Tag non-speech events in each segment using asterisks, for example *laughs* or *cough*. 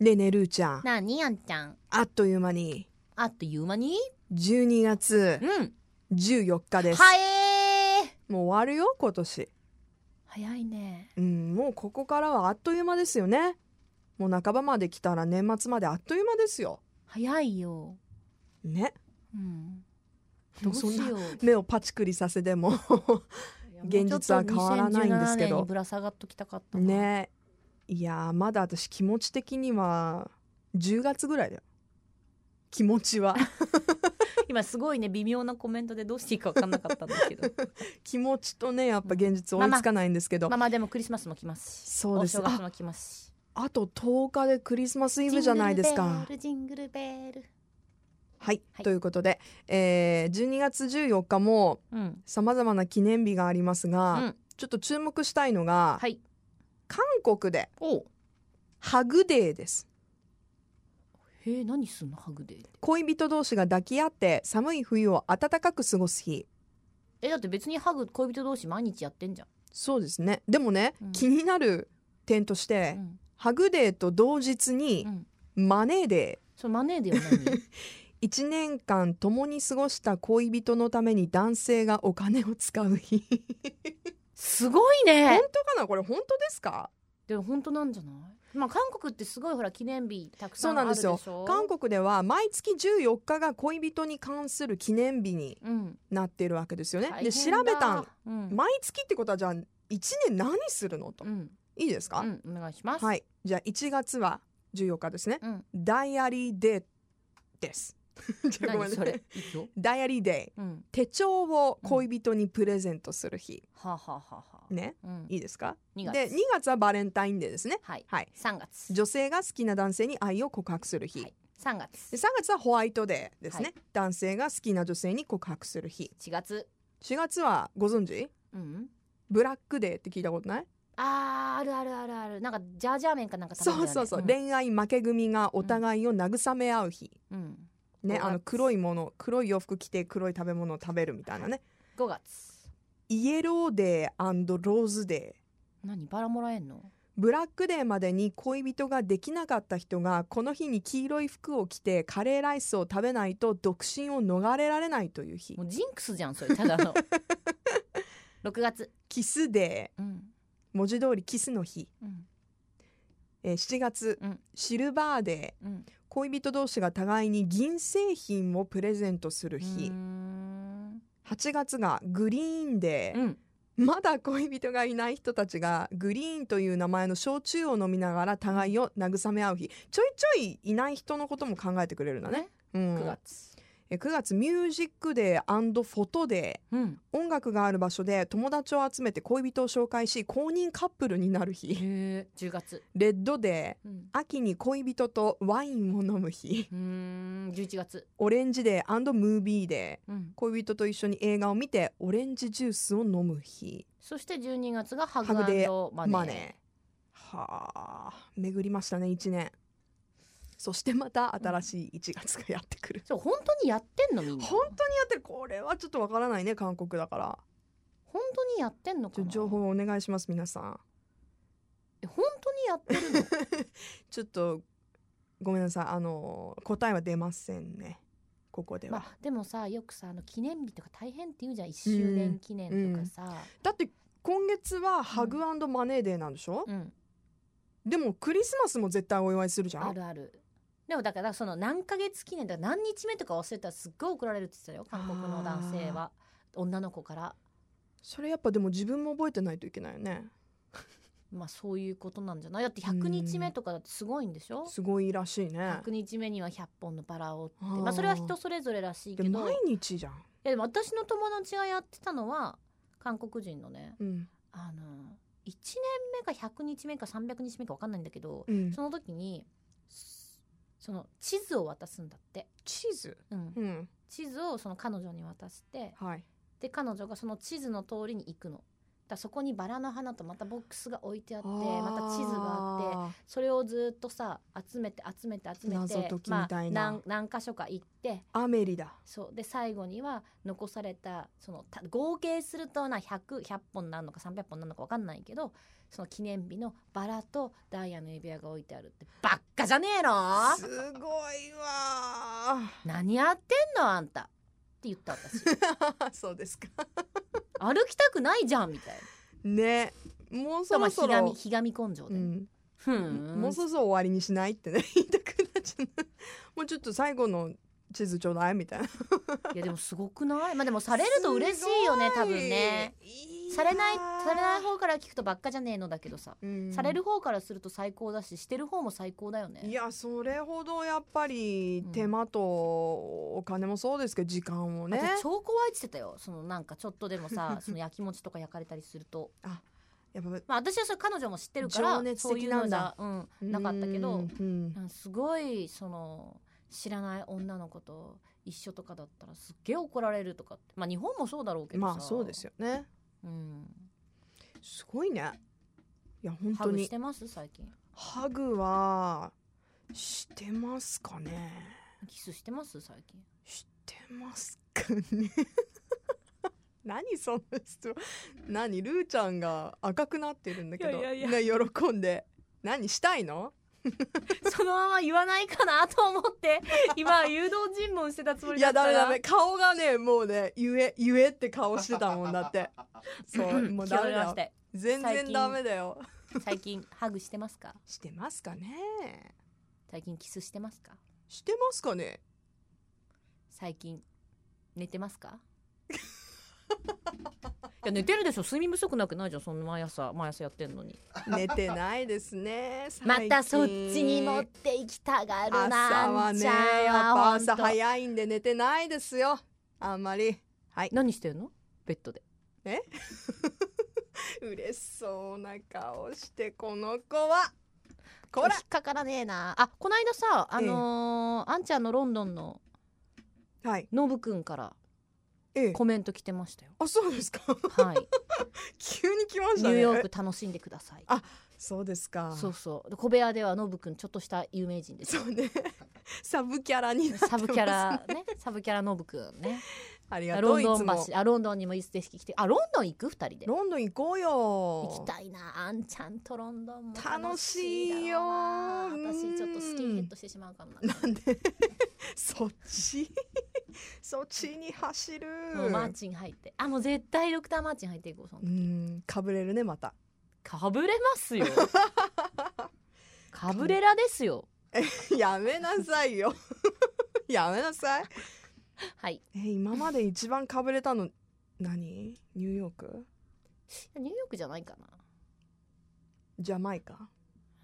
でねるーちゃんなあにあんちゃんあっという間にあっという間に12月うん14日です、はえーもう終わるよ今年早いねうんもうここからはあっという間ですよねもう半ばまで来たら年末まであっという間ですよ早いよねうんでどもうしそんなよう目をパチクリさせても *laughs* 現実は変わらないんですけどもうちょっと2017年にぶら下がっときたかったなねいやーまだ私気持ち的には10月ぐらいだよ気持ち *laughs* は今すごいね微妙なコメントでどうしていいか分かんなかったんだ *laughs* けど気持ちとねやっぱ現実追いつかないんですけど、まあまあでもクリスマスも来ますしそうですお正月あも来ますしあと10日でクリスマスイブじゃないですかジングルベールジングルベールはい、はいということで、えー、12月14日もうんさまざまな記念日がありますうが、んちょっと注目したいのが、はい韓国でおハグデーですへえ何すんのハグで恋人同士が抱き合って寒い冬を暖かく過ごす日えだって別にハグ恋人同士毎日やってんじゃん、そうですねでもね、うん気になる点として、うんハグデーと同日にうん、マネーデそれマネーだ *laughs* よ何ー1年間共に過ごした恋人のために男性がお金を使う日すごい本ね当かなこれ本当ですかでも本当なんじゃないまあ韓国ってすごいほら記念日たくそさんうあなんるでですしよょ韓国では毎月14日が恋人に関する記念日にうんなっているわけですよね大で変だ調べたんうん、毎月ってことはじゃあ1年何するのと、うんいいですか、うん、お願いします、はいじゃあ1月は14日ですねうんダイアリーデーです *laughs* じゃあごめ *laughs* 何んそねれいいよダイアリーデーうん手帳を恋人にプレゼントする日、はあ、はあはあはあ、ねうん、いいですか2月で2月はバレンタインデーですねはいはい3月女性が好きな男性に愛を告白する日、はい3月で3月はホワイトデーですね、は男性が好きな女性に告白する日4月4月はご存知うんブラックデーって聞いたことない、あーあるあるあるあるなんかジャージャー麺かなんか食べるそようねそうそう、ん恋愛負け組がお互いを慰め合う日、うん、ね五月あの黒いもの黒い洋服着て黒い食べ物を食べるみたいなね、 5月イエローデーローズデー何バラもらえんのブラックデーまでに恋人ができなかった人がこの日に黄色い服を着てカレーライスを食べないと独身を逃れられないという日もうジンクスじゃんそれただ *laughs* の6月キスデうんー文字通りキスの日、うんえー7月、うんシルバーデーうん恋人同士が互いに銀製品をプレゼントするう日ーん8月がグリーンデー、うんまだ恋人がいない人たちがグリーンという名前の焼酎を飲みながら互いを慰め合う日ちょいちょいいない人のことも考えてくれるんだね。うん、 9月え9月ミュージックデーフォトデうんー音楽がある場所で友達を集めて恋人を紹介し公認カップルになる日 *laughs* へえ10月レッドデうんー秋に恋人とワインを飲む日うーん11月オレンジデームービーデーうん恋人と一緒に映画を見てオレンジジュースを飲む日そして12月がハグハグデマネーマネーはあ巡りましたね一年そしてまた新しい1月がやってくる、そう本当にやってんのみんな本当にやってるこれはちょっとわからないね韓国だから本当にやってんのちかょな情報をお願いします皆さんえ本当にやってるのちょっとごめんなさいあの答えは出ませんねここでは、まあでもさよくさあの記念日とか大変って言うじゃん1周年記念とかさ、だって今月はハグマネーデーなんでしょ、うんでもクリスマスも絶対お祝いするじゃあんるあるでもだからその何ヶ月記念だから何日目とか忘れたらすっごい怒られるって言ってたよ韓国の男性は女の子からそれやっぱでも自分も覚えてないといけないよねまあそういうことなんじゃないだって100日目とかだってすごいんでしょ、すごいらしいね100日目には100本のバラをってあーまあそれは人それぞれらしいでけどい毎日じゃん、やでも私の友達がやってたのは韓国人のねうんあの1年目か100日目か300日目か分かんないんだけどうん、その時にそその地図を渡すんだって、チーズうんうん地図をその彼女に渡してはいで彼女がその地図の通りに行くのらそこにバラの花とまたボックスが置いてあってまた地図があってあっそれをずっとさ集めて集めて集めて謎解きみたいなまあ、何何箇所か行っててアメリだそうで最後には残されたそのた合計するとな 100, 100本なのか300本なのか分かんないけどその記念日のバラとダイヤの指輪が置いてあるってばっかじゃねえのすごいわ何やってんのあんたって言った *laughs* 私ー *laughs* そうですか歩きたくないじゃんみたいなねもうそまあろそひがみろ、ひがみ根性うで、ん、ふーんもうそろそろ終わりにしないってね *laughs* 言いたくなっちゃうもうちょっと最後の地図ちょうだいみたいないやでもすごくないまあでもされると嬉しいよね多分ねされないされない方から聞くとばっかじゃねえのだけどさ、うんされる方からすると最高だししてる方も最高だよねいやそれほどやっぱりうん手間とお金もそうですけど時間をねあと超怖いって言ってたよそのなんかちょっとでも *laughs* さその焼きもちとか焼かれたりするとやっぱまあ私はそれ彼女も知ってるから情熱そうい的うなのんじだゃ、うん、なかったけうどんうんなんかすごいその知らない女の子と一緒とかだったらすっげえ怒られるとかってまあ日本もそうだろうけどさまあそうですよねうん、すごいねいや本ハ当グしにてます最近ハグはしてますかねキスしてます最近してますかね *laughs* 何その質問何ルーちゃんが赤くなってるんだけどいやいやね喜んで何したいのそのまま言わないかなと思って *laughs* 今誘導尋問してたつもいりだやったダらメダメ顔がねもうねゆえゆえって顔してたもんだ *laughs* ってそうもうダメだよよ全最然近ダメだよ最近ハグしてますかしてますかね最近キスしてますかしてますかね最近寝てます *laughs* かいや寝てるでしょ睡眠不足なくないじゃんそんな毎朝毎朝やってんのに寝てないですね *laughs* ま最近たそっちに持って行きたがるな朝はあんねちやゃんっぱは朝ほんと早いんで寝てないですよあんまりはい何してんのベッドで嬉しそうな顔してこの子はこら引っかからねえなあこないださあのーあんちゃんのロンドンのはいノブくんからええコメント来てましたよあそうですか *laughs* はい急に来ましニたュねーヨーえク楽しんでくださいあそうですかそうそうで小部屋ではノブくんちょっとした有名人で *laughs* すそうねサブキャラになってますサブキャラねサブキャラノブくんねありがとロうンいドつンも橋あロンドンにもいつぜひ来てあロンドン行く二人でロンドン行こうよ行きたいなあんちゃんとロンドンも楽しいよ楽しいだろうなうん私ちょっとスキンヘッドしてしまうかもななんでそっち *laughs* そっちに走るもうマーチン入ってあもう絶対ドクターマーチン入っていこうそんうなんかぶれるねまた *laughs* かぶれますよかぶれらですよやめなさいよ *laughs* やめなさいはいえ今まで一番かぶれたの何ニューヨークニューヨークじゃないかなジャマイカ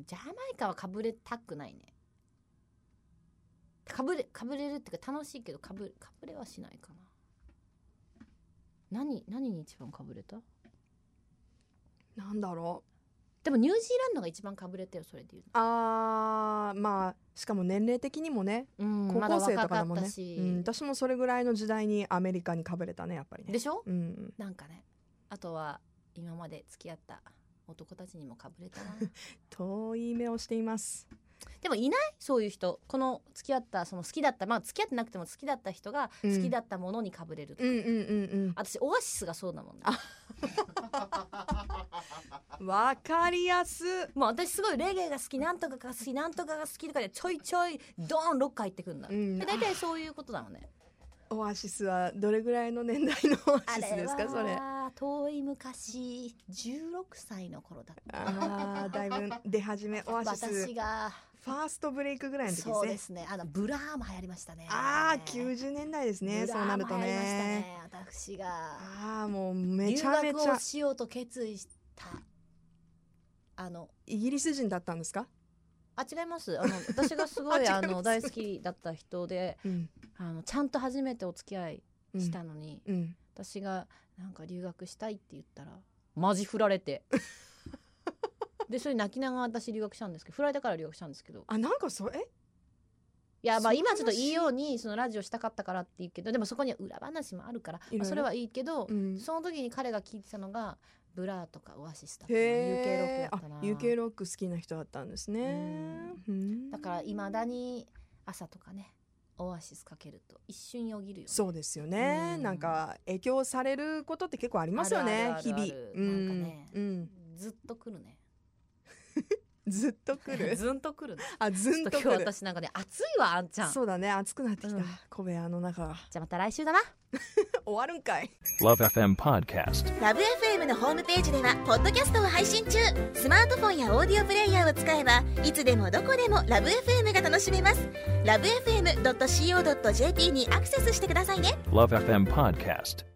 ジャマイカはかぶれたくないねかぶれかぶれるっていうか楽しいけどかぶかぶれはしないかな何何に一番かぶれたなんだろでもニュージーランドが一番かぶれたよそれで言ううあーまあしかも年齢的にもねと、うん高校生とかでもねまだ若った、し、うん、私もそれぐらいの時代にアメリカにかぶれたねやっぱりねでしょうん、なんかねあとは今まで付き合った男たちにもかぶれ *laughs* たな遠い目をしていますでもいないそういう人この付き合ったその好きだったまあ付き合ってなくても好きだった人がう好んきだったものにかぶれるとか、うんうんうん私オアシスがそうだもんねうんわかりやすもう私すごいレゲエが好きなんとかが好きなんとかが好きとかでちょいちょいドーンロッカー入ってくんだ、うんで大体そういうことなのねオアシスはどれぐらいの年代のオアあシスれですかそれは遠い昔16歳の頃だったあーだいぶ出始めオアシス私がファーストブレイクぐらいの時ですねそうですねあのブラーも流行りましたねああ90年代ですねブラそうなーるもと流行りましたねね私がああもうめ留ちゃめち学ゃをしようと決意したあのイギリス人だったんですか、あ違いますあの私がす *laughs* ごあ違いいまあすの大好きだった人でうんあのちゃんと初めてお付き合いうん、したのに、うん私がなんか留学したいって言ったらマジ振られて *laughs* でそれ泣きながら私留学したんですけど振られたから留学したんですけどあなんかそえいやまあその話今ちょっといいようにそのラジオしたかったからって言うけどでもそこには裏話もあるからいろいろまあそれはいいけど、うんその時に彼が聞いてたのがブラーとかオアシスとか UK ロックへだーったなあ UK ロック好きな人だったんですねうんだからいまだに朝とかねオアシスかけると一瞬よぎるよねそうですよね、うんなんか影響されることって結構ありますよねあるあ日るある々うんなんかねうん、ずっと来るねずっと来る *laughs* ずんと来るねあずちょんとっと来今日る私なんかね暑いわあんちゃんじゃそうだね暑くなってきた、うん小部屋の中 *laughs* があまた来週だな終わるんかい Love FM Podcast. ラブ f m のホームページではポッドキャストを配信中スマートフォンやオーディオプレイヤーを使えばいつでもどこでもラブ f m が楽しめますラブ FM.co.jp にアクセスしてくださいね Love FM Podcast.